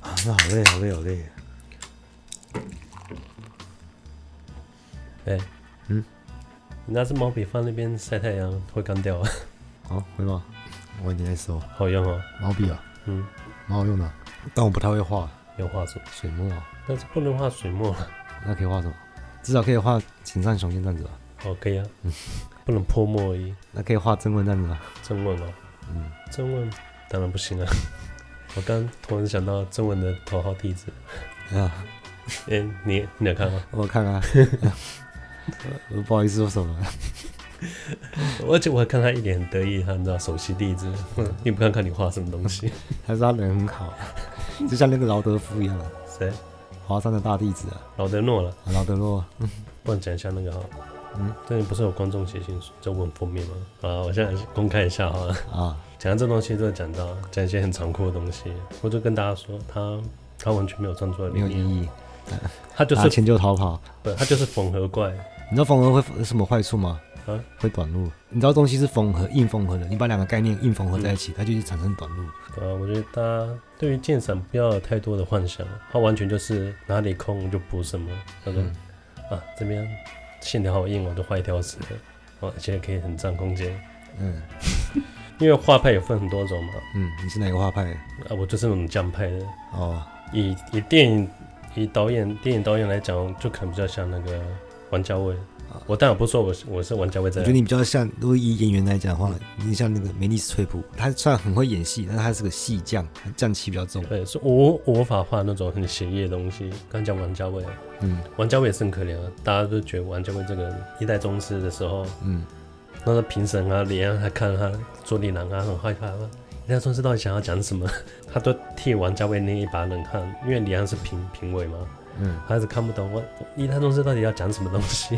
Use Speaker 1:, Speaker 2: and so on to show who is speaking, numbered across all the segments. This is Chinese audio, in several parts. Speaker 1: 哎那好累，好累，好累。
Speaker 2: 哎，
Speaker 1: 嗯，
Speaker 2: 你拿只毛笔放那边晒太阳会干掉啊，
Speaker 1: 好，会吗？我晚点再收。
Speaker 2: 好用哦。
Speaker 1: 毛笔啊，
Speaker 2: 嗯，
Speaker 1: 蛮好用的，但我不太会画
Speaker 2: 有画术，
Speaker 1: 水墨啊，
Speaker 2: 但是不能画水墨啊了。
Speaker 1: 那可以画什么？至少可以画请上雄剑这样子吧。
Speaker 2: 哦，可以啊，不能泼墨而已。
Speaker 1: 那可以画真文这样子吧。
Speaker 2: 正文哦，
Speaker 1: 嗯，
Speaker 2: 正文当然不行啊。我刚突然想到正文的头号地址，
Speaker 1: 啊，
Speaker 2: 哎、你你有看吗？
Speaker 1: 我看看， 我不好意思说什么。
Speaker 2: 而且我还看他一脸很得意，他你知道手悉地址， 你不看看你画什么东西？
Speaker 1: 还是他人很好，就像那个劳德夫一样，啊
Speaker 2: 谁？
Speaker 1: 华山的大弟子啊，
Speaker 2: 劳德诺了，
Speaker 1: 劳德洛。
Speaker 2: 不然讲一下那个哈。
Speaker 1: 嗯，
Speaker 2: 最近不是有观众写信在问封面吗？啊，我现在公开一下哈。
Speaker 1: 啊，
Speaker 2: 讲到这东西都会讲到讲一些很残酷的东西，我就跟大家说，他他完全没有创作
Speaker 1: 没
Speaker 2: 理
Speaker 1: 有意
Speaker 2: 念，
Speaker 1: 义，
Speaker 2: 他就
Speaker 1: 拿
Speaker 2: 是
Speaker 1: 钱就逃跑。
Speaker 2: 不他就是缝合怪，
Speaker 1: 你知道缝合会有什么坏处吗？
Speaker 2: 啊，
Speaker 1: 会短路。你知道东西是缝合、硬缝合的，你把两个概念硬缝合在一
Speaker 2: 嗯
Speaker 1: 起，它就会产生短路。
Speaker 2: 呃，我觉得大家对于鉴赏不要有太多的幻想，它完全就是哪里空就补什么。他
Speaker 1: 嗯
Speaker 2: 说、啊，这边线条好硬，我就画一条直的，哦，而且可以很占空间。
Speaker 1: 嗯
Speaker 2: 因为画派也分很多种嘛，
Speaker 1: 嗯，你是哪个画派？
Speaker 2: 啊，我就是那种酱派的。
Speaker 1: 哦，
Speaker 2: 以以电影以导演电影导演来讲，就可能比较像那个王家卫。我当然不是说我是我是王家卫
Speaker 1: 我
Speaker 2: 在
Speaker 1: 觉得，你比较像，如果以演员来讲的话，你像那个梅丽史翠普，她虽然很会演戏，但是她是个戏匠，她匠气比较重。
Speaker 2: 对，是我我无法画那种很写意的东西。刚讲王家卫，
Speaker 1: 嗯
Speaker 2: 王家卫也是很可怜啊，大家都觉得王家卫这个人一代宗师的时候，
Speaker 1: 嗯，
Speaker 2: 那个评审啊、连啊，他看他做李郎啊，很害怕啊。人家说知道想要讲什么， 他都替王家卫捏一把冷汗，因为李安是评评委嘛，
Speaker 1: 嗯，
Speaker 2: 他是看不懂我一代宗师到底要讲什么东西。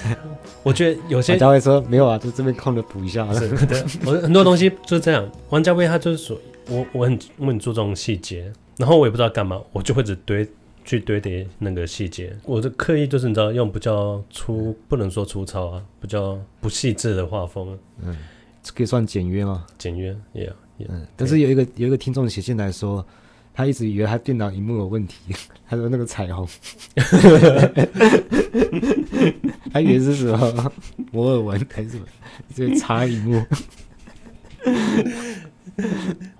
Speaker 2: 我觉得有些
Speaker 1: 王家卫说没有啊，就这边空的补一下。
Speaker 2: 是对，我很多东西就是这样。王家卫他就是说，我我很我很注重细节，然后我也不知道干嘛，我就会只堆去堆叠那个细节。我的刻意就是你知道用比较粗，不能说粗糙啊，比较不细致的画风啊，
Speaker 1: 嗯，这可以算简约吗？
Speaker 2: 简约也、yeah, yeah
Speaker 1: 嗯，但是有一个有一个听众写信来说，他一直以为他电脑荧幕有问题， 他说那个彩虹， 他以为是什么摩尔纹还是什么，就擦荧幕。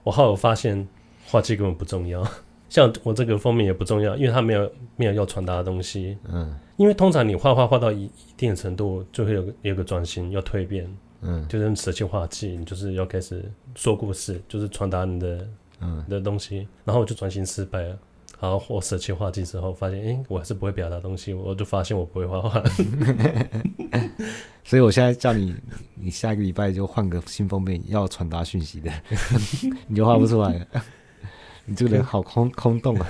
Speaker 2: 我后来发现画技根本不重要， 像我这个封面也不重要，因为它没有没有要传达的东西。
Speaker 1: 嗯
Speaker 2: 因为通常你画画画到一一定的程度，就会有个有个转型，要蜕变，
Speaker 1: 嗯
Speaker 2: 就是舍弃画技，你就是要开始说故事，就是传达你的
Speaker 1: 嗯
Speaker 2: 你的东西。然后我就转型失败了。然后我舍弃画技之后，发现诶，我还是不会表达东西，我就发现我不会画 画。
Speaker 1: 所以我现在叫你，你下一个礼拜就换个新封面，要传达讯息的，你就画不出来了。你这个人好空空洞啊！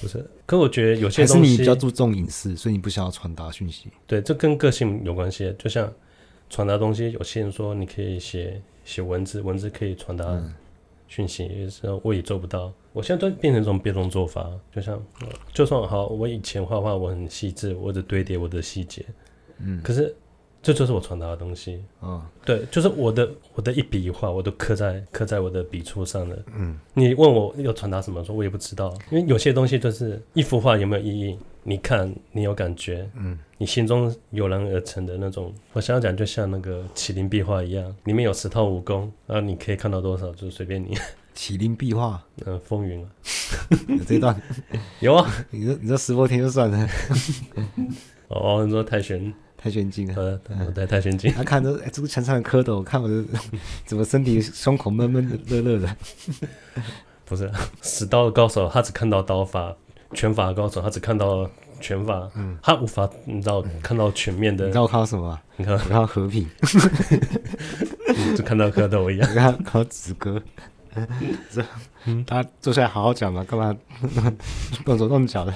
Speaker 2: 不是，可我觉得有些
Speaker 1: 还是
Speaker 2: 东
Speaker 1: 你
Speaker 2: 西
Speaker 1: 比较注重隐私，所以你不想要传达讯息。
Speaker 2: 对，这跟个性有关系。就像传达东西，有些人说你可以写写文字，文字可以传达
Speaker 1: 嗯
Speaker 2: 讯息，有时候我也做不到。我现在都变成一种变通做法，就像呃就算好，我以前画画我很细致，我只堆叠我的细节，
Speaker 1: 嗯
Speaker 2: 可是这就是我传达的东西。
Speaker 1: 嗯
Speaker 2: 对，就是我的我的一笔一画，我都刻在刻在我的笔触上了。
Speaker 1: 嗯，
Speaker 2: 你问我要传达什么，说我也不知道，因为有些东西就是一幅画有没有意义，你看你有感觉，
Speaker 1: 嗯，
Speaker 2: 你心中油然而成的那种。我想要讲，就像那个麒麟壁画一样，里面有十套武功，然后你可以看到多少，就随便你。
Speaker 1: 麒麟壁画
Speaker 2: 嗯，风云啊，
Speaker 1: 有这一段
Speaker 2: 有啊。
Speaker 1: 你这你这石破天就算了，
Speaker 2: 哦，你说太玄，
Speaker 1: 太玄经了。
Speaker 2: 呃，我在太玄经，
Speaker 1: 他看着哎，这个墙上的蝌蚪，看我的 怎么身体胸口闷闷的、热热的。
Speaker 2: 不是 死刀的高手，他只看到刀法；拳法的高手，他只看到拳法，嗯，他无法你知道看到全面
Speaker 1: 你
Speaker 2: 的
Speaker 1: 知。道我看到什么吗？
Speaker 2: 你看
Speaker 1: 我，看到和平，
Speaker 2: 就看到蝌蚪一样。
Speaker 1: 我看到看到子 哥。嗯这大家坐下来好好讲嘛，干嘛 动手动脚的？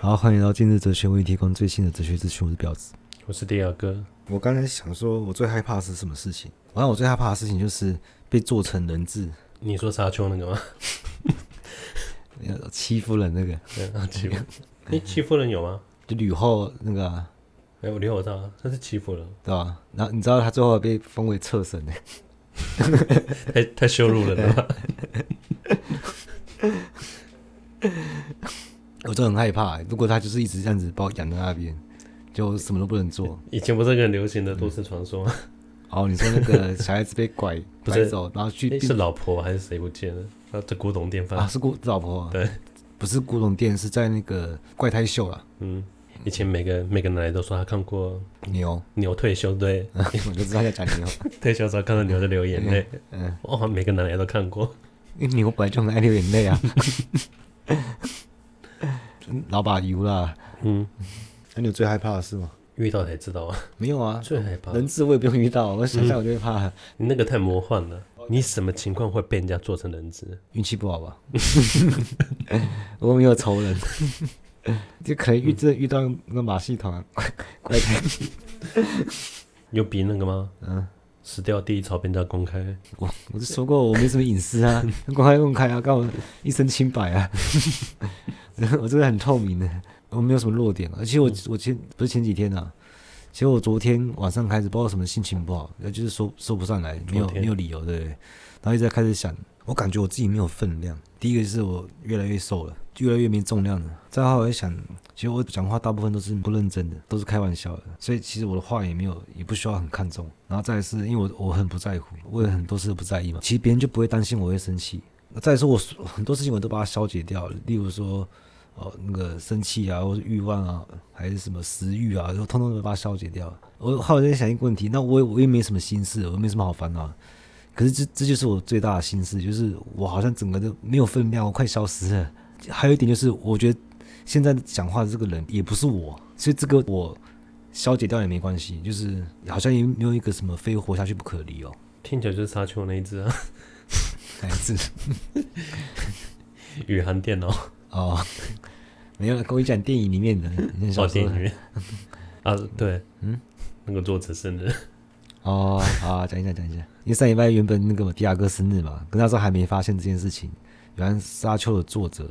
Speaker 1: 好，欢迎来到今日哲学，为你提供最新的哲学资讯。我是婊子。
Speaker 2: 我是第二哥，
Speaker 1: 我刚才想说，我最害怕的是什么事情？我想我最害怕的事情就是被做成人质，
Speaker 2: 你说沙丘那个吗？
Speaker 1: 呃欺负人那个，
Speaker 2: 对啊，欺 负。哎，欺负人有吗？
Speaker 1: 就吕后那个啊、
Speaker 2: 哎，我留我照，他是欺负人，
Speaker 1: 对吧？然后你知道他最后被封为侧神 呢，
Speaker 2: 太太羞辱人了吧？
Speaker 1: 我真的很害怕、如果他就是一直这样子把我养在那边，就什么都不能做。
Speaker 2: 以前不是很流行的都市传 说吗？
Speaker 1: 哦，你说那个小孩子被拐
Speaker 2: 不
Speaker 1: 拐
Speaker 2: 是
Speaker 1: 走，然后去
Speaker 2: 诶
Speaker 1: 病
Speaker 2: 是老婆还是谁不见了？那这古董店贩、
Speaker 1: 啊，是古老婆、啊、
Speaker 2: 对，
Speaker 1: 不是古董店，是在那个怪胎秀啊啦，
Speaker 2: 嗯，以前每个每个奶奶都说她看过
Speaker 1: 牛，
Speaker 2: 牛退休，对，
Speaker 1: 我就知道在讲牛，
Speaker 2: 退休之后看到牛在流眼泪，
Speaker 1: 嗯，
Speaker 2: 哦，每个奶奶都看过，
Speaker 1: 因为牛本来就很爱流眼泪啊， 老把油啦，
Speaker 2: 嗯，
Speaker 1: 那、你有最害怕的事吗？
Speaker 2: 遇到才知道 啊，
Speaker 1: 没有啊，
Speaker 2: 最害怕，嗯
Speaker 1: 人质我也不用遇到，我想想我就会怕，
Speaker 2: 你那个太魔幻了，你什么情况会被人家做成人质？
Speaker 1: 运气不好吧？ 我没有仇人， 就可能遇这遇到那马戏团怪胎，
Speaker 2: 有比那个吗？
Speaker 1: 嗯。
Speaker 2: 死掉第一朝被人家公开，
Speaker 1: 我我就说过我没什么隐私啊， 公开公开啊，告我一身清白啊， 我这个很透明的，我没有什么弱点。而且
Speaker 2: 嗯
Speaker 1: 我我前不是前几天啊，其实我昨天晚上开始不知道什么心情不好，那就是说说不上来，没有
Speaker 2: 昨天
Speaker 1: 没有理由对不对？然后一直在开始想，我感觉我自己没有分量。第一个是我越来越瘦了，越来越没重量了。再后来我在想，其实我讲话大部分都是不认真的，都是开玩笑的，所以其实我的话也没有，也不需要很看重。然后再来是因为我我很不在乎，我有很多事都不在意嘛，其实别人就不会担心我会生气。再来说我很多事情我都把它消解掉了，例如说。哦，那个生气啊，或者欲望啊，还是什么食欲啊，就通通都把它消解掉。我后来在想一个问题，那我也我也没什么心事，我没什么好烦恼的。可是这这就是我最大的心事，就是我好像整个都没有分量，我快消失了。还有一点就是，我觉得现在讲话的这个人也不是我，所以这个我消解掉也没关系，就是好像也没有一个什么非活下去不可的理哦 由。
Speaker 2: 听起来就是沙丘那一只啊，
Speaker 1: 来自
Speaker 2: 宇航电脑
Speaker 1: 哦， 没有，跟我讲电影里面的，你很
Speaker 2: 哦，
Speaker 1: 小时
Speaker 2: 电
Speaker 1: 候
Speaker 2: 影 院啊，对，
Speaker 1: 嗯，
Speaker 2: 那个作者生日，
Speaker 1: 哦，好啊，讲一下讲一下，因为上礼拜原本那个迪亚哥生日嘛，可是那时候还没发现这件事情。原来沙丘的作者，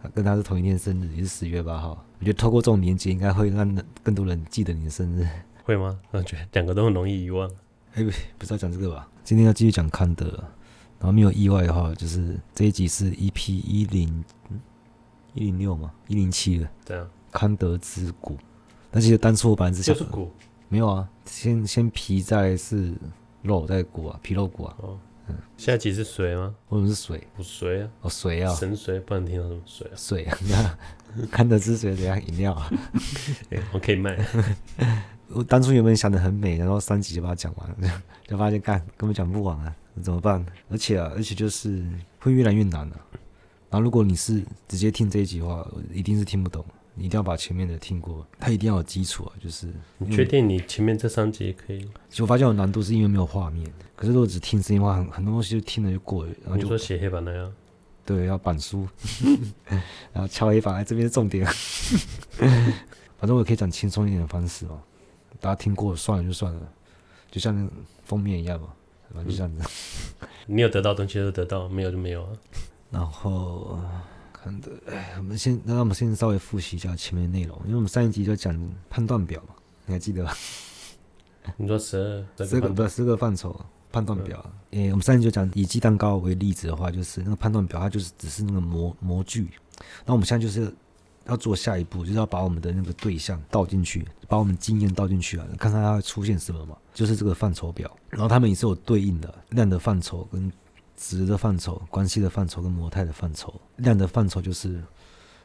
Speaker 1: 他跟他是同一天生日，也是十月八号。我觉得透过这种连接，应该会让更多人记得你的生日。
Speaker 2: 会吗？我觉得两个都很容易遗忘。
Speaker 1: 哎，不，不是要讲这个吧？今天要继续讲康德了。然后没有意外的话，就是这一集是 EP 一零一零六嘛，一零七了。
Speaker 2: 这样
Speaker 1: 康德之谷，但其实当初我本来只
Speaker 2: 就
Speaker 1: 想
Speaker 2: 是骨
Speaker 1: 没有啊，先先皮再来是肉，再骨啊，皮肉骨啊，
Speaker 2: 哦。下一集是水吗？
Speaker 1: 或者是水
Speaker 2: 补水啊，
Speaker 1: 哦，水啊，
Speaker 2: 神水，不然听到什么水啊？
Speaker 1: 水啊， 看得是水怎样饮料啊？
Speaker 2: 诶我可以卖，
Speaker 1: 我当初原本想的很美，然后三集就把它讲完了，就发现干根本讲不完啊，怎么办？而且啊，而且就是会越来越难啊。然后如果你是直接听这一集的话，一定是听不懂，你一定要把前面的听过，它一定要有基础啊。就是
Speaker 2: 你确定你前面这三集可以？
Speaker 1: 其实我发现有难度是因为没有画面，可是如果只听声音的话，很很多东西就听了就过了，然后
Speaker 2: 你
Speaker 1: 就
Speaker 2: 说写黑板那样，
Speaker 1: 对，要板书， 然后敲黑板，哎，这边是重点。 反正我可以讲轻松一点的方式哦，大家听过算了就算了，就像那个封面一样嘛，反正就这样子。
Speaker 2: 你有得到东西就得到，没有就没有啊。
Speaker 1: 然后看的，哎，我们先，那我们先稍微复习一下前面的内容，因为我们上一集就讲判断表嘛，你还记得吧？
Speaker 2: 你说十二
Speaker 1: 十
Speaker 2: 这
Speaker 1: 个
Speaker 2: 个
Speaker 1: 不是十个范畴判断表。啊诶、我们上次就讲以鸡蛋糕为例子的话，就是那个判断表，它就是只是那个模模具。那我们现在就是要做下一步，就是要把我们的那个对象倒进去，把我们经验倒进去啊，看看它会出现什么嘛，就是这个范畴表。然后它们也是有对应的量的范畴跟值的范畴、关系的范畴跟模态的范畴。量的范畴就是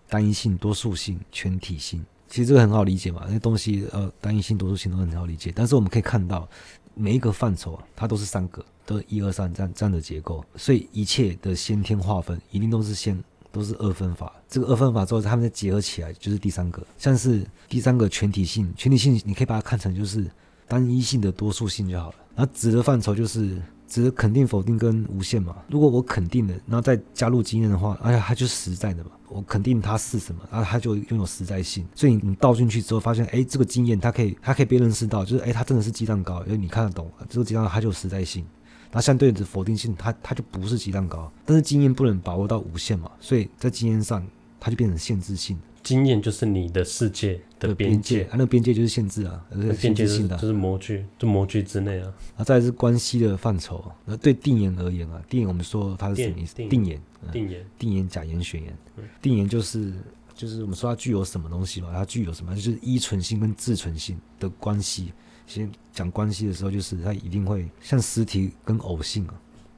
Speaker 1: 单一性、多数性、全体性。其实这个很好理解嘛，那东西呃单一性、多数性都很好理解。但是我们可以看到，每一个范畴啊，它都是三个，都是一二三这样这样的结构，所以一切的先天划分一定都是先都是二分法。这个二分法之后，它们再结合起来就是第三个，像是第三个全体性，全体性你可以把它看成就是单一性的多数性就好了。然后值的范畴就是值肯定、否定跟无限嘛。如果我肯定的，然后再加入经验的话，哎呀，它就是实在的嘛。我肯定它是什么，啊，它就拥有实在性。所以你你倒进去之后，发现哎，这个经验它可以，它可以被认识到，就是哎，它真的是鸡蛋糕，因为你看得懂，啊这个鸡蛋糕它就有实在性。那相对的否定性，它它就不是鸡蛋糕，但是经验不能把握到无限嘛，所以在经验上它就变成限制性
Speaker 2: 经验就是你的世界的边
Speaker 1: 边
Speaker 2: 界
Speaker 1: 啊，，那个边界就是限制啊，而
Speaker 2: 那
Speaker 1: 是
Speaker 2: 边
Speaker 1: 限
Speaker 2: 界
Speaker 1: 制
Speaker 2: 就是
Speaker 1: 性的啊、
Speaker 2: 就是模具，就模具之内啊。
Speaker 1: 然后再来是关系的范畴。那对定言而言啊，定言我们说它是什么意思？
Speaker 2: 定
Speaker 1: 定言，嗯
Speaker 2: 定言
Speaker 1: 定言、假言、选言
Speaker 2: 嗯。
Speaker 1: 定言就是就是我们说它具有什么东西嘛，它具有什么，就是依存性跟自存性的关系。先讲关系的时候，就是它一定会像实体跟偶性啊，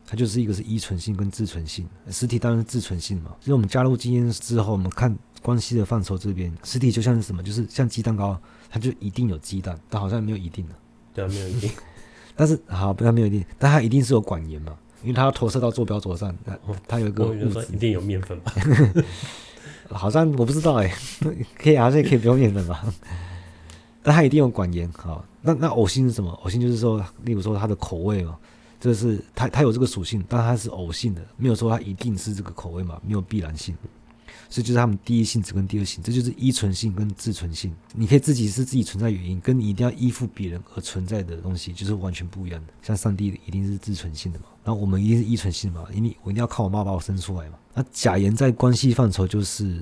Speaker 1: 它就是一个是依存性跟自存性。实体当然是自存性嘛，就是我们加入经验之后，我们看关系的范畴这边，实体就像是什么，就是像鸡蛋糕，它就一定有鸡蛋，但好像没有一定的、
Speaker 2: 对啊，没有一 定，
Speaker 1: 但是好，不要没有一定，但它一定是有管盐嘛，因为它要投射到坐标轴上，它它有一个
Speaker 2: 我就
Speaker 1: 物
Speaker 2: 说
Speaker 1: 质
Speaker 2: 一，定有面粉吧，
Speaker 1: 好像我不知道哎、 可以好像也可以不用面粉吧， 但它一定有管盐。好，那那偶性是什么？偶性就是说，例如说它的口味嘛，这是它它有这个属性，但它是偶性的，没有说它一定是这个口味嘛，没有必然性。所以就是他们第一性质跟第二性，这就是依存性跟自存性。你可以自己是自己存在原因，跟你一定要依附别人而存在的东西，就是完全不一样的。像上帝一定是自存性的嘛，然后我们一定是依存性嘛，因为我一定要靠我妈把我生出来嘛。那假言在关系范畴就是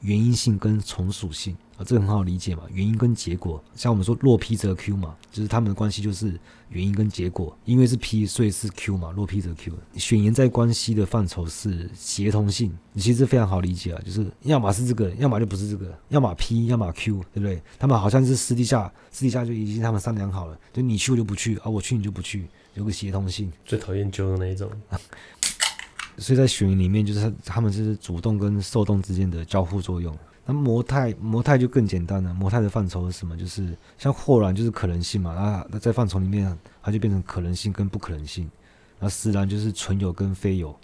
Speaker 1: 原因性跟从属性啊，这个很好理解嘛，原因跟结果。像我们说若 P 则 Q 嘛，就是他们的关系就是原因跟结果，因为是 P 所以是 Q 嘛，若 P 则 Q。选言在关系的范畴是协同性，你其实非常好理解啊，就是要么是这个，要么就不是这个，要么 P，要么 Q，对不对？他们好像是私底下私底下就已经他们商量好了，就你去我就不去啊，我去你就不去，有个协同性。
Speaker 2: 最讨厌揪的那一种，
Speaker 1: 所以在血缘里面，就是他他们就是主动跟受动之间的交互作用。那模态模态就更简单了，模态的范畴是什么？就是像霍然就是可能性嘛，啊那那在范畴里面，它就变成可能性跟不可能性。那实然就是纯有跟非有，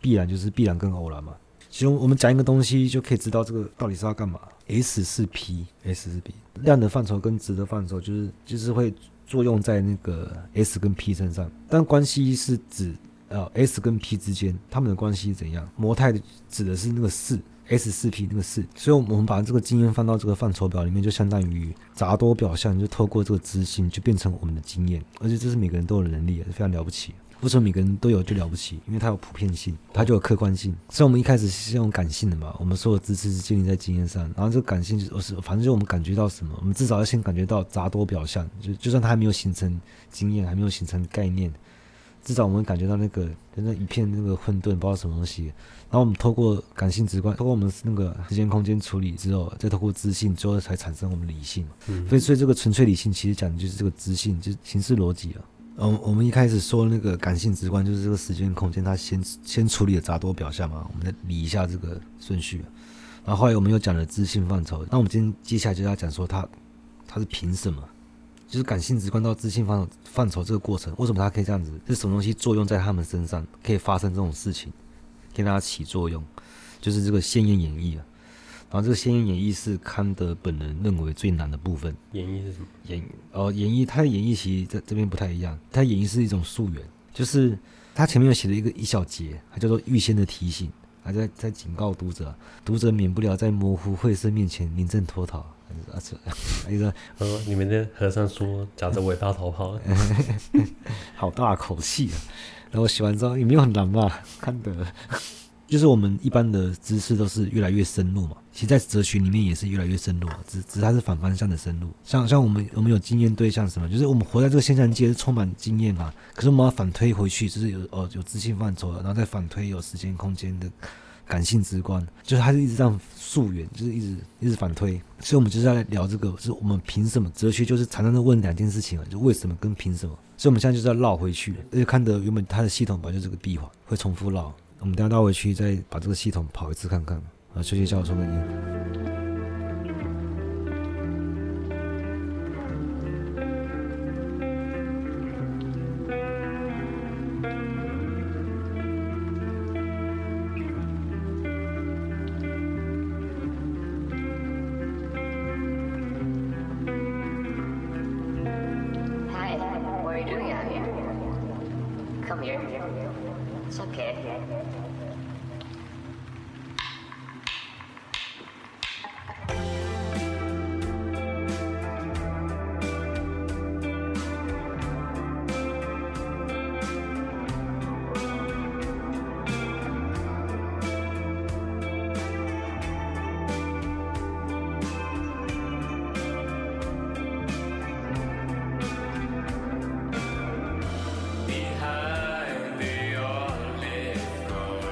Speaker 1: 必然就是必然跟偶然嘛。其实我们讲一个东西就可以知道这个到底是要干嘛。S 是 P，S 是 P，量的范畴跟值的范畴就是就是会作用在那个 S 跟 P 身上，但关系是指呃 S 跟 P 之间他们的关系怎样？模态指的是那个四 S 四 P 那个四，所以我们把这个经验放到这个范畴表里面，就相当于杂多表象，就透过这个知性就变成我们的经验，而且这是每个人都有的能力，也是非常了不起。为什么每个人都有就了不起？因为它有普遍性，它就有客观性。虽然我们一开始是用感性的嘛，我们所有知识是建立在经验上，然后这个感性就是，是反正就是我们感觉到什么，我们至少要先感觉到杂多表象，就就算它还没有形成经验，还没有形成概念，至少我们感觉到那个就那一片那个混沌，不知道什么东西。然后我们透过感性直观，透过我们那个时间空间处理之后，再透过知性，最后才产生我们理性。
Speaker 2: 嗯
Speaker 1: 所以，所以这个纯粹理性其实讲的就是这个知性，就是形式逻辑啊。嗯，我们一开始说那个感性直观，就是这个时间空间，它先先处理了杂多表象嘛，我们再理一下这个顺序。然后后来我们又讲了知性范畴，那我们今天接下来就要讲说它它是凭什么？就是感性直观到知性范畴范畴这个过程，为什么它可以这样子？是什么东西作用在他们身上，可以发生这种事情，可以让它起作用？就是这个鲜艳演绎啊。然后这个鲜艳演绎是康德本人认为最难的部分。
Speaker 2: 演绎是什么？
Speaker 1: 演哦，演绎他的演绎其实在这边不太一样，他的演绎是一种溯源，就是他前面有写了一个一小节，它叫做预先的提醒，还在在警告读者，啊读者免不了在模糊晦涩面前临阵脱逃。 啊，这一个
Speaker 2: 他说你们的和尚说夹着尾巴逃 跑，啊
Speaker 1: 嗯好大口气啊！然后写完之后也没有很难嘛， 看得。就是我们一般的知识都是越来越深入嘛，其实在哲学里面也是越来越深入啊，只只是它是反方向的深入。像像我们我们有经验对象什么，就是我们活在这个现象界是充满经验啊，可是我们要反推回去，就是有哦有知性范畴了，然后再反推有时间空间的感性直观，就是它是一直这样溯源，就是一直一直反推。所以我们就是在聊这个，就是我们凭什么？哲学就是常常在问两件事情啊，就为什么跟凭什么。所以我们现在就是要绕回去，而且康德原本他的系统吧就是个闭环，会重复绕。我们等一下绕回去再把这个系统跑一次看看。啊，休息一下，我抽根烟。
Speaker 3: Hi, what are you doing out here? Come here. It's okay.
Speaker 4: Behind the olive grove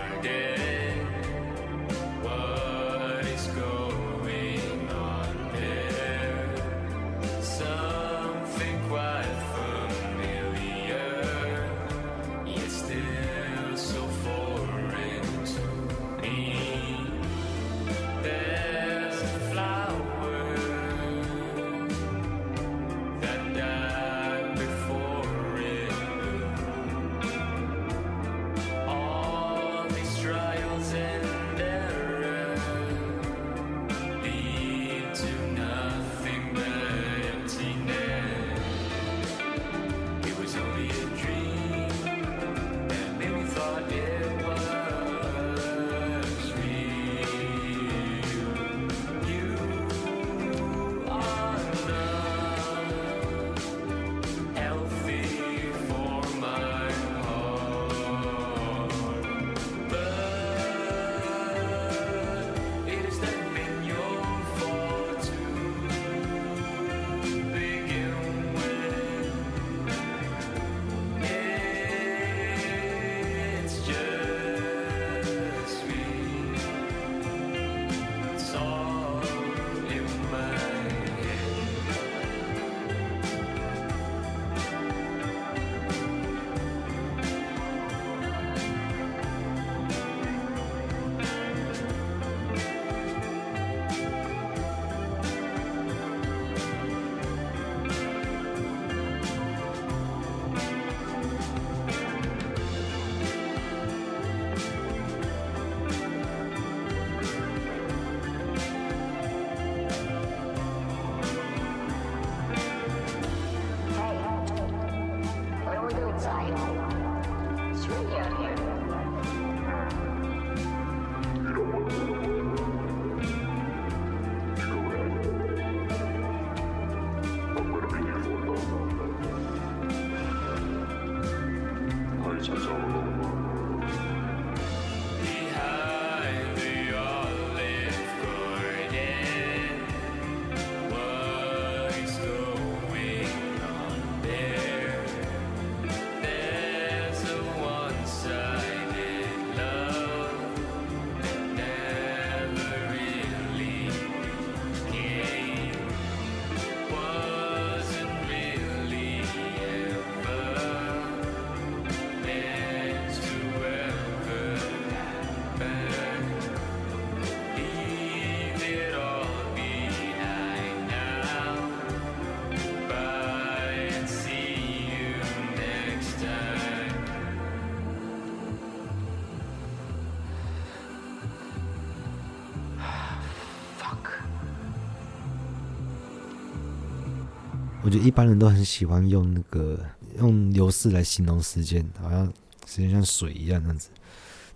Speaker 1: 我觉得一般人都很喜欢用那个用流逝来形容时间，好像时间像水一样那样子。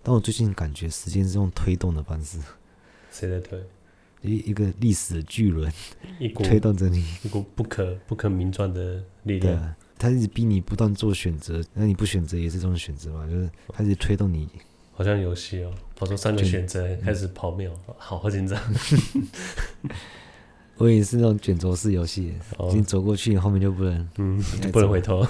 Speaker 1: 但我最近感觉时间是用推动的方式，
Speaker 2: 谁在推？
Speaker 1: 一一个历史的巨轮
Speaker 2: 一股
Speaker 1: 推动着你，
Speaker 2: 一股不可不可名状的力
Speaker 1: 对
Speaker 2: 量。
Speaker 1: 啊，他一直逼你不断做选择，那你不选择也是这种选择嘛，就是他一直推动你。
Speaker 2: 好像游戏哦，跑出三个选择，开始跑秒，好好紧张。
Speaker 1: 嗯我也是那种卷轴式游戏，
Speaker 2: 哦
Speaker 1: 你走过去后面就不能。嗯
Speaker 2: 嗯，就不能回头。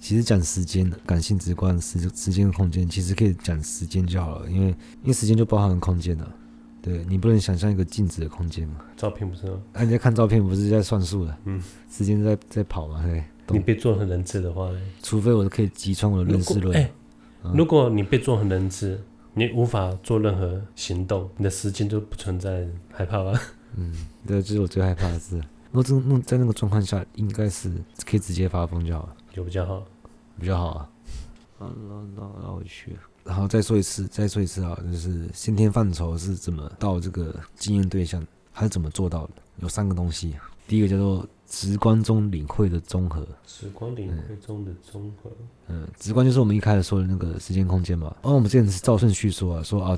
Speaker 1: 其实讲时间，感性直观时时间空间，其实可以讲时间就好了，因为因为时间就包含空间了。对你不能想象一个静止的空间嘛？
Speaker 2: 照片不是吗？
Speaker 1: 啊，你在看照片，不是在算数了？
Speaker 2: 嗯，
Speaker 1: 时间在在跑嘛？对，
Speaker 2: 你
Speaker 1: 懂。
Speaker 2: 被做成人质的话呢，
Speaker 1: 除非我可以击穿我的
Speaker 2: 如
Speaker 1: 认识
Speaker 2: 果
Speaker 1: 论，
Speaker 2: 哎，如果你被做成人质，你无法做任何行动，你的时间就不存在，害怕啊吧？
Speaker 1: 嗯对，这是我最害怕的事。如果真那在那个状况下，应该是可以直接发疯就好了，
Speaker 2: 有比较好。
Speaker 1: 比较好啊。啊，那那那我去。然后再说一次，再说一次啊，就是先天范畴是怎么到这个经验对象，它是怎么做到的？有三个东西，啊第一个叫做直观中领会的综合，
Speaker 2: 时光领会中的综合，
Speaker 1: 嗯，直观就是我们一开始说的那个时间空间嘛。哦，我们之前是照顺序说啊，说啊，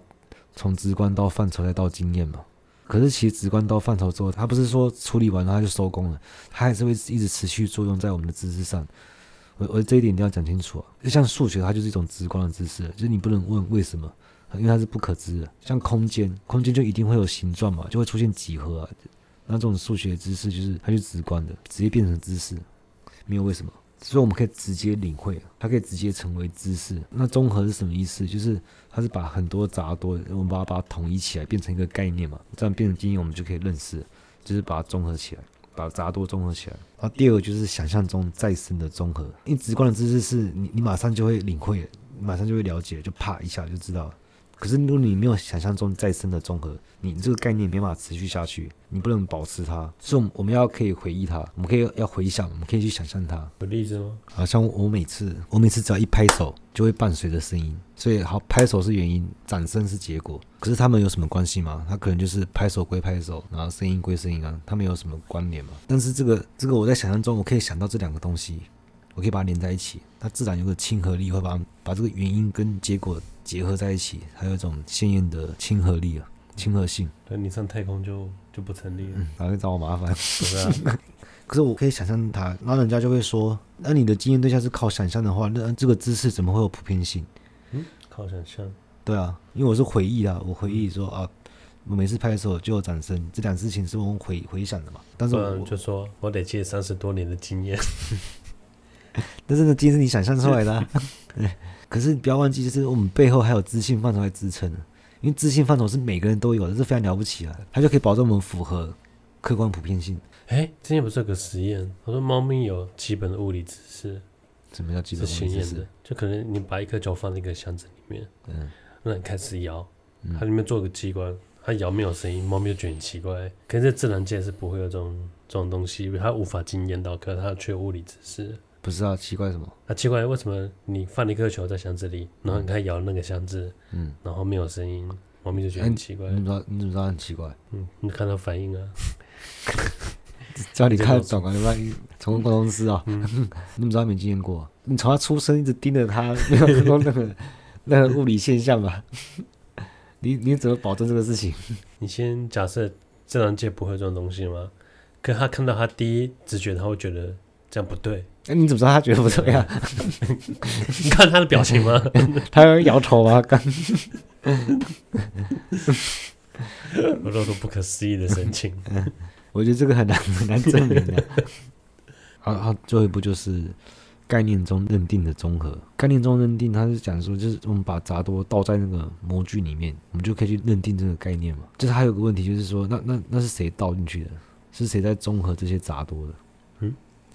Speaker 1: 从直观到范畴再到经验嘛。可是其实直观到范畴之后，它不是说处理完然后它就收工了，它还是会一直持续作用在我们的知识上。我我这一点一定要讲清楚啊。就像数学，它就是一种直观的知识，就是你不能问为什么，因为它是不可知的。像空间，空间就一定会有形状嘛，就会出现几何啊。那这种数学知识就是它就直观的，直接变成知识，没有为什么。所以我们可以直接领会，它可以直接成为知识。那综合是什么意思？就是它是把很多杂多，我们把它把它统一起来，变成一个概念嘛。这样变成经验，我们就可以认识，就是把它综合起来，把杂多综合起来。然后第二个就是想象中再生的综合，因为直观的知识是你你马上就会领会，你马上就会了解，就啪一下就知道了。可是如果你没有想象中再生的综合，你这个概念没办法持续下去，你不能保持它。所以我们我们要可以回忆它，我们可以要回想，我们可以去想象它。
Speaker 2: 有例子吗？
Speaker 1: 好像我每次，我每次只要一拍手，就会伴随着声音，所以好拍手是原因，掌声是结果。可是他们有什么关系吗？他可能就是拍手归拍手，然后声音归声音啊，他们有什么关联吗？但是这个这个我在想象中，我可以想到这两个东西，我可以把它连在一起，它自然有个亲和力，会把把这个原因跟结果结合在一起，还有一种鲜艳的亲和力啊，亲和性，
Speaker 2: 对你上太空就就不成立了，
Speaker 1: 哪会找我麻烦？
Speaker 2: 是 不是啊？
Speaker 1: 可是我可以想象它，然后人家就会说，那你的经验对象是靠想象的话，那这个知识怎么会有普遍性？
Speaker 2: 嗯，靠想象。
Speaker 1: 对啊，因为我是回忆啊，我回忆说啊，我每次拍的时候就有掌声，这两事情是我们回回想的嘛。但是
Speaker 2: 不
Speaker 1: 我，
Speaker 2: 然啊就说我累积三十多年的经 验，
Speaker 1: 但是呢，今天是你想象出来的、 啊。可是你不要忘记，就是我们背后还有知性范畴来支撑的，啊因为知性范畴是每个人都有的，这是非常了不起啊，它就可以保证我们符合客观普遍性。
Speaker 2: 哎，之前不是有个实验？他说猫咪有基本的物理知识
Speaker 1: 什么叫基
Speaker 2: 是
Speaker 1: 本
Speaker 2: 显
Speaker 1: 知
Speaker 2: 眼
Speaker 1: 识
Speaker 2: 的？，就可能你把一颗球放在一个箱子里面，
Speaker 1: 嗯，
Speaker 2: 那你开始摇，它里面做个机关，它摇没有声音，猫咪就觉得很奇怪。可是在自然界是不会有这种这种东西，它无法经验到，可是它却有物理知识。
Speaker 1: 不是啊，奇怪什么？
Speaker 2: 那奇怪，为什么你放了一颗球在箱子里，然后你开始摇那个箱子，
Speaker 1: 嗯，
Speaker 2: 然后没有声音，猫咪就觉得很奇怪
Speaker 1: 你。怎么知道？你怎么知道很奇怪？
Speaker 2: 嗯，你看它反应啊，
Speaker 1: 叫你看转过来，万一宠物沟通师啊，
Speaker 2: 嗯
Speaker 1: 你怎么知道他没经验过啊？你从他出生一直盯着他， 没有看过任何任何物理现象吧？ 你你怎么保证这个事情？
Speaker 2: 你先假设自然界不会有这种东西吗？可他看到他第一直觉，他会觉得这样不对。
Speaker 1: 哎，你怎么知道他觉得不对啊？
Speaker 2: 你看他的表情吗？
Speaker 1: 他要摇头啊， 刚
Speaker 2: 我露出不可思议的神情。
Speaker 1: 嗯我觉得这个很难很难证明 的、好好，最后一步就是概念中认定的综合。概念中认定，它是讲说，就是我们把杂多倒在那个模具里面，我们就可以去认定这个概念嘛。就是还有个问题，就是说，那那那是谁倒进去的？是谁在综合这些杂多的？
Speaker 2: 嗯，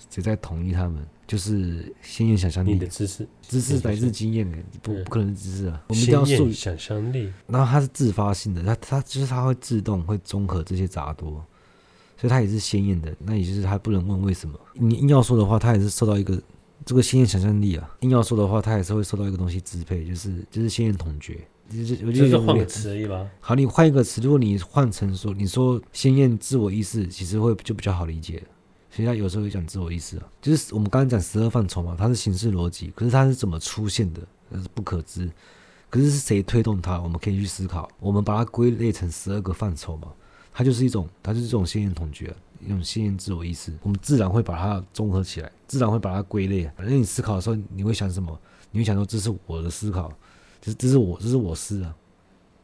Speaker 1: 谁在统一他们？就是先验想象
Speaker 2: 你
Speaker 1: 力
Speaker 2: 的，知识，
Speaker 1: 知识来自经验，不
Speaker 2: 嗯
Speaker 1: 不可能是知识啊。我们一定
Speaker 2: 鲜
Speaker 1: 要溯
Speaker 2: 艳想象力，
Speaker 1: 然后它是自发性的，它它就是它会自动会综合这些杂多，所以它也是鲜艳的。那也就是它不能问为什么。你硬要说的话，它也是受到一个这个鲜艳想象力啊。硬要说的话，它也是会受到一个东西支配，就是就是鲜艳统觉。就是我觉
Speaker 2: 就
Speaker 1: 得
Speaker 2: 是
Speaker 1: 有点
Speaker 2: 换
Speaker 1: 无
Speaker 2: 个
Speaker 1: 聊
Speaker 2: 词而已吧。
Speaker 1: 好，你换一个词，如果你换成说你说鲜艳自我意识，其实会就比较好理解。所以他有时候也讲自我意识啊，就是我们刚才讲十二范畴嘛，它是形式逻辑，可是它是怎么出现的，呃那是不可知。可是是谁推动它，我们可以去思考。我们把它归类成十二个范畴嘛，它就是一种，它就是这种先验统觉、一种先验自我意识，我们自然会把它综合起来，自然会把它归类。反正你思考的时候，你会想什么？你会想说这是我的思考，这这是我这是我思啊，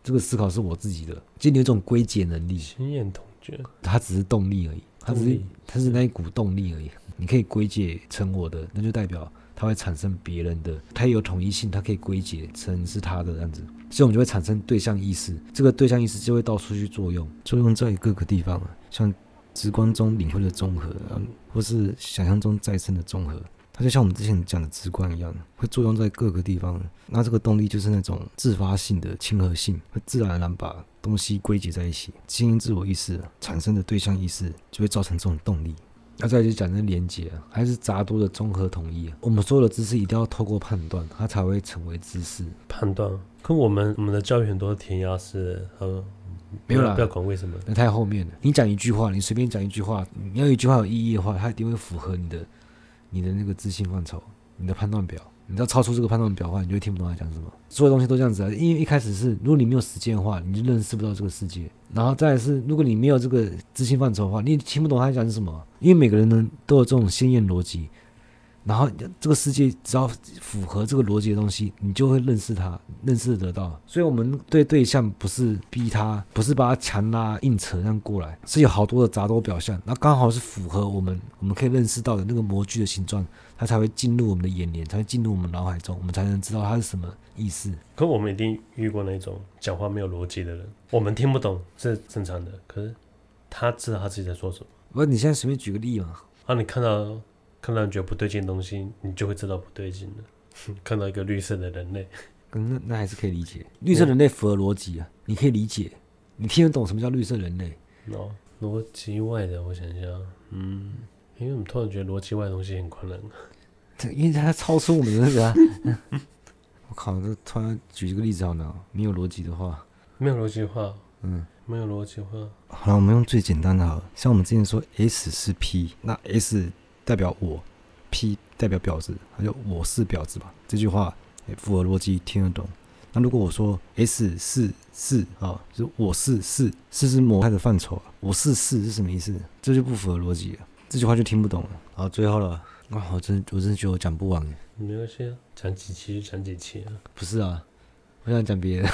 Speaker 1: 这个思考是我自己的，就你有一种归结能力。
Speaker 2: 心眼同觉，
Speaker 1: 它只是动力而已，它只
Speaker 2: 动
Speaker 1: 是
Speaker 2: 力
Speaker 1: 它是那一股动力而已。你可以归结成我的，那就代表它会产生别人的，它也有统一性，它可以归结成是它的这样子，所以我们就会产生对象意识，这个对象意识就会到处去作用，作用在各个地方啊，像直观中领会的综合，啊，或是想象中再生的综合。啊它就像我们之前讲的直观一样，会作用在各个地方。那这个动力就是那种自发性的亲和性，会自然而然把东西归结在一起。经营自我意识产生的对象意识，就会造成这种动力。那再来就讲这连结啊，还是杂多的综合统一啊。我们所有的知识一定要透过判断，它才会成为知识。
Speaker 2: 判断。可我们我们的教育很多填鸭式，呃，
Speaker 1: 没有
Speaker 2: 不要
Speaker 1: 啦
Speaker 2: 不要管为什么，
Speaker 1: 那太后面了。你讲一句话，你随便讲一句话，你要一句话有意义的话，它一定会符合你的你的那个自信范畴，你的判断表。你要超出这个判断表的话，你就会听不懂他讲什么。所有东西都这样子啊，因为一开始是，如果你没有实践的话，你就认识不到这个世界。然后再来是，如果你没有这个自信范畴的话，你也听不懂他讲什么。啊因为每个人呢都有这种鲜艳逻辑，然后这个世界只要符合这个逻辑的东西，你就会认识它，认识得到。所以，我们对对象不是逼他，不是把他强拉硬扯这样过来，是有好多的杂多表象，那刚好是符合我们我们可以认识到的那个模具的形状，它才会进入我们的眼帘，才会进入我们脑海中，我们才能知道它是什么意思。
Speaker 2: 可我们一定遇过那种讲话没有逻辑的人，我们听不懂是正常的，可是他知道他自己在说什么。
Speaker 1: 不，你现在随便举个例嘛，
Speaker 2: 啊，你看到看到你觉得不对劲的东西，你就会知道不对劲了。 看到一个绿色的人类，
Speaker 1: 嗯那那还是可以理解。绿色人类符合逻辑啊，你可以理解，你听得懂什么叫绿色人类？
Speaker 2: 哦，逻辑外的，我想一下，嗯，因为我们突然觉得逻辑外的东西很困难。
Speaker 1: 这因为它超出我们的那 个、啊。我靠，这突然举一个例子好难、哦，没有逻辑的话，
Speaker 2: 没有逻辑化，
Speaker 1: 嗯，
Speaker 2: 没有逻辑化，
Speaker 1: 好了，我们用最简单的好了，像我们之前说 S 是 P，那 S 代表我，P 代表婊子，它就我是婊子吧。这句话也符合逻辑，听得懂。那如果我说 S 是是啊、哦，就是我是是是是模态的范畴啊，我是是是什么意思？这就不符合逻辑了，这句话就听不懂了。好，最后了，哇，我真我真觉得我讲不完耶
Speaker 2: 没关系啊，讲几期就讲几期啊。
Speaker 1: 不是啊，我想讲别的，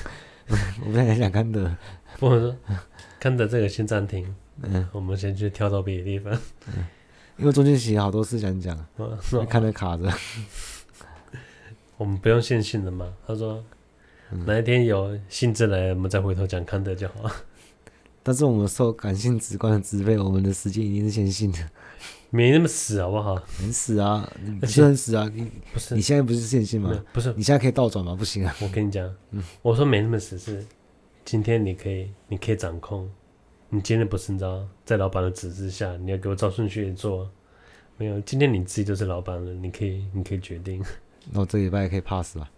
Speaker 1: 我不太想看的。
Speaker 2: 或者说，看着这个先暂停，
Speaker 1: 嗯，
Speaker 2: 我们先去跳到别的地方。
Speaker 1: 因为中间写好多事想讲，
Speaker 2: 啊
Speaker 1: 看着卡着。
Speaker 2: 我们不用线性的嘛。他说，
Speaker 1: 嗯
Speaker 2: 哪一天有兴致来，我们再回头讲康德就好。
Speaker 1: 但是我们受感性直观的支配，我们的时间一定是线性的，
Speaker 2: 没那么死好不好？
Speaker 1: 很死啊，你
Speaker 2: 而且
Speaker 1: 就很死啊。你
Speaker 2: 不是
Speaker 1: 你，现在不是线性
Speaker 2: 没有
Speaker 1: 吗？
Speaker 2: 不是，
Speaker 1: 你现在可以倒转吗？不行啊，
Speaker 2: 我跟你讲，我说没那么死是，今天你可以，你可以掌控。你今天不是你知道，在老板的指示下，你要给我照顺序做。没有，今天你自己就是老板了，你可以，你可以决定。
Speaker 1: 那我这礼拜也可以 pass 吧。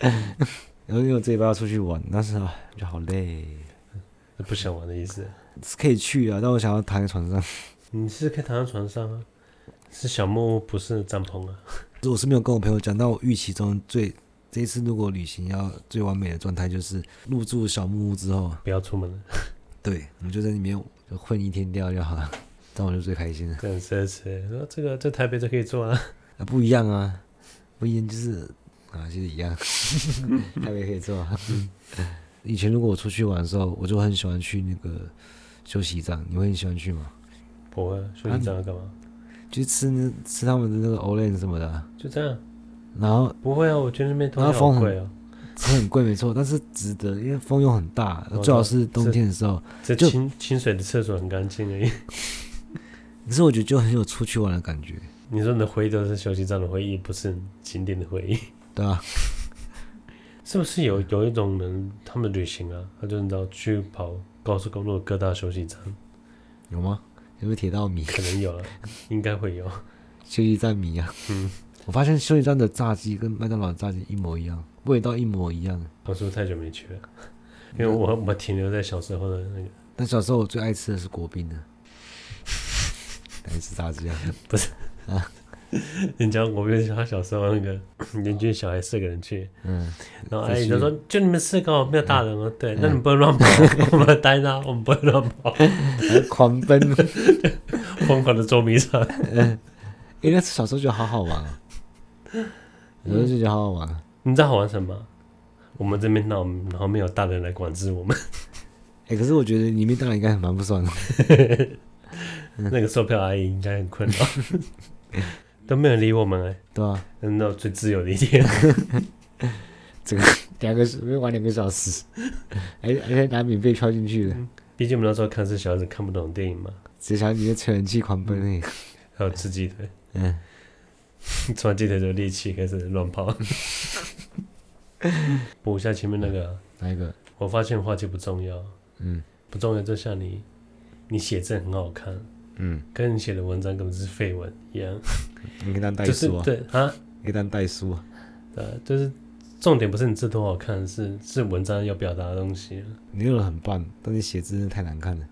Speaker 1: 然后因为我这礼拜要出去玩，但是啊，就好累。
Speaker 2: 不想玩的意思。
Speaker 1: 是可以去啊，但我想要躺在床上。
Speaker 2: 你是可以躺在床上啊，是小木屋，不是帐篷啊。
Speaker 1: 我是没有跟我朋友讲，但我预期中最这一次如果旅行要最完美的状态，就是入住小木屋之后，
Speaker 2: 不要出门啊了，
Speaker 1: 对，我们就在里面就混一天掉就好了，这样我就最开心了。
Speaker 2: 这很奢侈。说这个在台北就可以做啊，
Speaker 1: 啊，不一样啊，不一样就是啊，就是一样，台北可以做。啊以前如果我出去玩的时候，我就很喜欢去那个休息站，你会很喜欢去吗？
Speaker 2: 不会啊休息站要干嘛？
Speaker 1: 就吃那吃他们的那个 o l e n 什么的啊、
Speaker 2: 就这样，
Speaker 1: 然后
Speaker 2: 不会啊。我觉得那边东
Speaker 1: 那
Speaker 2: 西好
Speaker 1: 风很
Speaker 2: 贵哦，
Speaker 1: 吃很贵没错，但是值得，因为风又很大
Speaker 2: 我，
Speaker 1: 最好
Speaker 2: 知道
Speaker 1: 是冬
Speaker 2: 是
Speaker 1: 天的时候。
Speaker 2: 这
Speaker 1: 就
Speaker 2: 清清水的厕所很干净而已。
Speaker 1: 可是我觉得就很有出去玩的感觉，
Speaker 2: 你说你的回忆都是休息站的回忆，不是景点的回忆，
Speaker 1: 对吧、
Speaker 2: 是不是有有一种人，他们旅行啊，他就你知道去跑高速公路各大休息站，
Speaker 1: 有吗？有没有铁道迷、
Speaker 2: 可能有啊，应该会有。
Speaker 1: 休息站迷啊？
Speaker 2: 嗯，
Speaker 1: 我发现休息站的炸鸡跟麦当劳的炸鸡一模一样，味道一模一样。
Speaker 2: 我是不是太久没去了？因为我我停留在小时候的那个。
Speaker 1: 但小时候我最爱吃的是国宾的， 还是大致这样。
Speaker 2: 人家我们他小时候那个 邻居小孩四个人去，
Speaker 1: 嗯，
Speaker 2: 然后
Speaker 1: 仔
Speaker 2: 阿姨
Speaker 1: 细
Speaker 2: 就说：“就你们四个哦，没有大人哦。”对，那你们不能乱跑，我们答应他，我们不会乱跑，
Speaker 1: 还狂奔。
Speaker 2: 疯狂的捉迷藏。
Speaker 1: 哎、那小时候觉得好好玩啊，小时候就觉得好好玩啊。
Speaker 2: 你知道好玩什么？我们这边闹，然后没有大人来管制我们。
Speaker 1: 哎、可是我觉得里面当然应该很蛮不爽的。
Speaker 2: 那个售票阿姨应该很困扰， 都没有人理我们哎、
Speaker 1: 对吧、
Speaker 2: 真的最自由的一天。
Speaker 1: 两个小玩两个小时， 而而且拿免费飘进去的，
Speaker 2: 毕竟我们那时候看是小孩子看不懂电影嘛，
Speaker 1: 只想你的吹冷气狂奔那个。
Speaker 2: 还有吃鸡腿，
Speaker 1: 嗯，
Speaker 2: 吃完鸡腿就力气开始乱跑。补一下前面那个啊、
Speaker 1: 哪一个？
Speaker 2: 我发现画技不重要，
Speaker 1: 嗯
Speaker 2: 不重要就像你，你写字很好看，
Speaker 1: 嗯，
Speaker 2: 跟你写的文章根本是废文一样，
Speaker 1: 你可以当代
Speaker 2: 就是
Speaker 1: 书啊，
Speaker 2: 对啊，
Speaker 1: 你可以当代书啊。
Speaker 2: 对，就是重点不是你字多好看，是是文章要表达的东西啊。
Speaker 1: 你用的很棒，但是写字真的太难看了。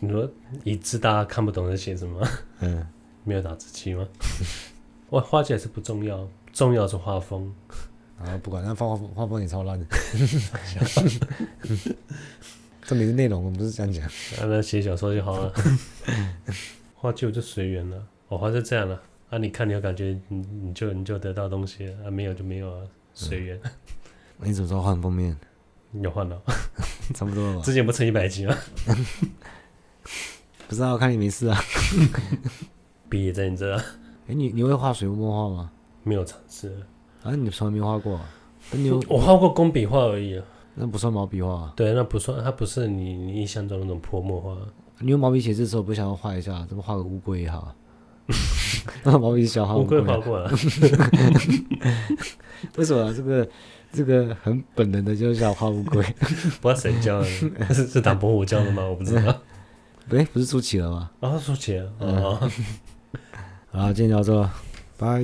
Speaker 2: 你说一字大家看不懂在写什么？
Speaker 1: 嗯，
Speaker 2: 没有打字机吗？哇，画起来是不重要，重要是画风。
Speaker 1: 然后不管，那画画画风也超烂的。重点是内容，我们不是这样讲。
Speaker 2: 啊，那写小说就好了。 画就就随缘了，我、画就这样了。啊，你看你有感觉，你你就你就得到东西了，啊，没有就没有啊，随缘。
Speaker 1: 你怎么知道换封面？
Speaker 2: 有换了，
Speaker 1: 嗯差不多了吧？
Speaker 2: 之前不是一百集吗？
Speaker 1: 不知道、我看你没事啊。
Speaker 2: 笔也在你这啊，
Speaker 1: 哎、你你会画水墨画吗？
Speaker 2: 没有尝试。
Speaker 1: 啊，你从来没画过、啊。那你有
Speaker 2: 我画过工笔画而已啊。
Speaker 1: 那不算毛笔画、啊。
Speaker 2: 对，那不算，它不是你你印象中那种泼墨画。
Speaker 1: 你用毛笔写字的时候，不想要画一下，怎么画个乌龟也好啊？那毛笔小画
Speaker 2: 乌
Speaker 1: 龟
Speaker 2: 龟
Speaker 1: 啊
Speaker 2: 画过了，
Speaker 1: 为什么这个这个很本能的就是想画乌龟？
Speaker 2: 不知道谁教的，啊是是打博虎教的吗？我不知道。啊
Speaker 1: 哎、不是朱启了吗？嗯
Speaker 2: 啊，说起来，哦，
Speaker 1: 好，今天聊到这，拜。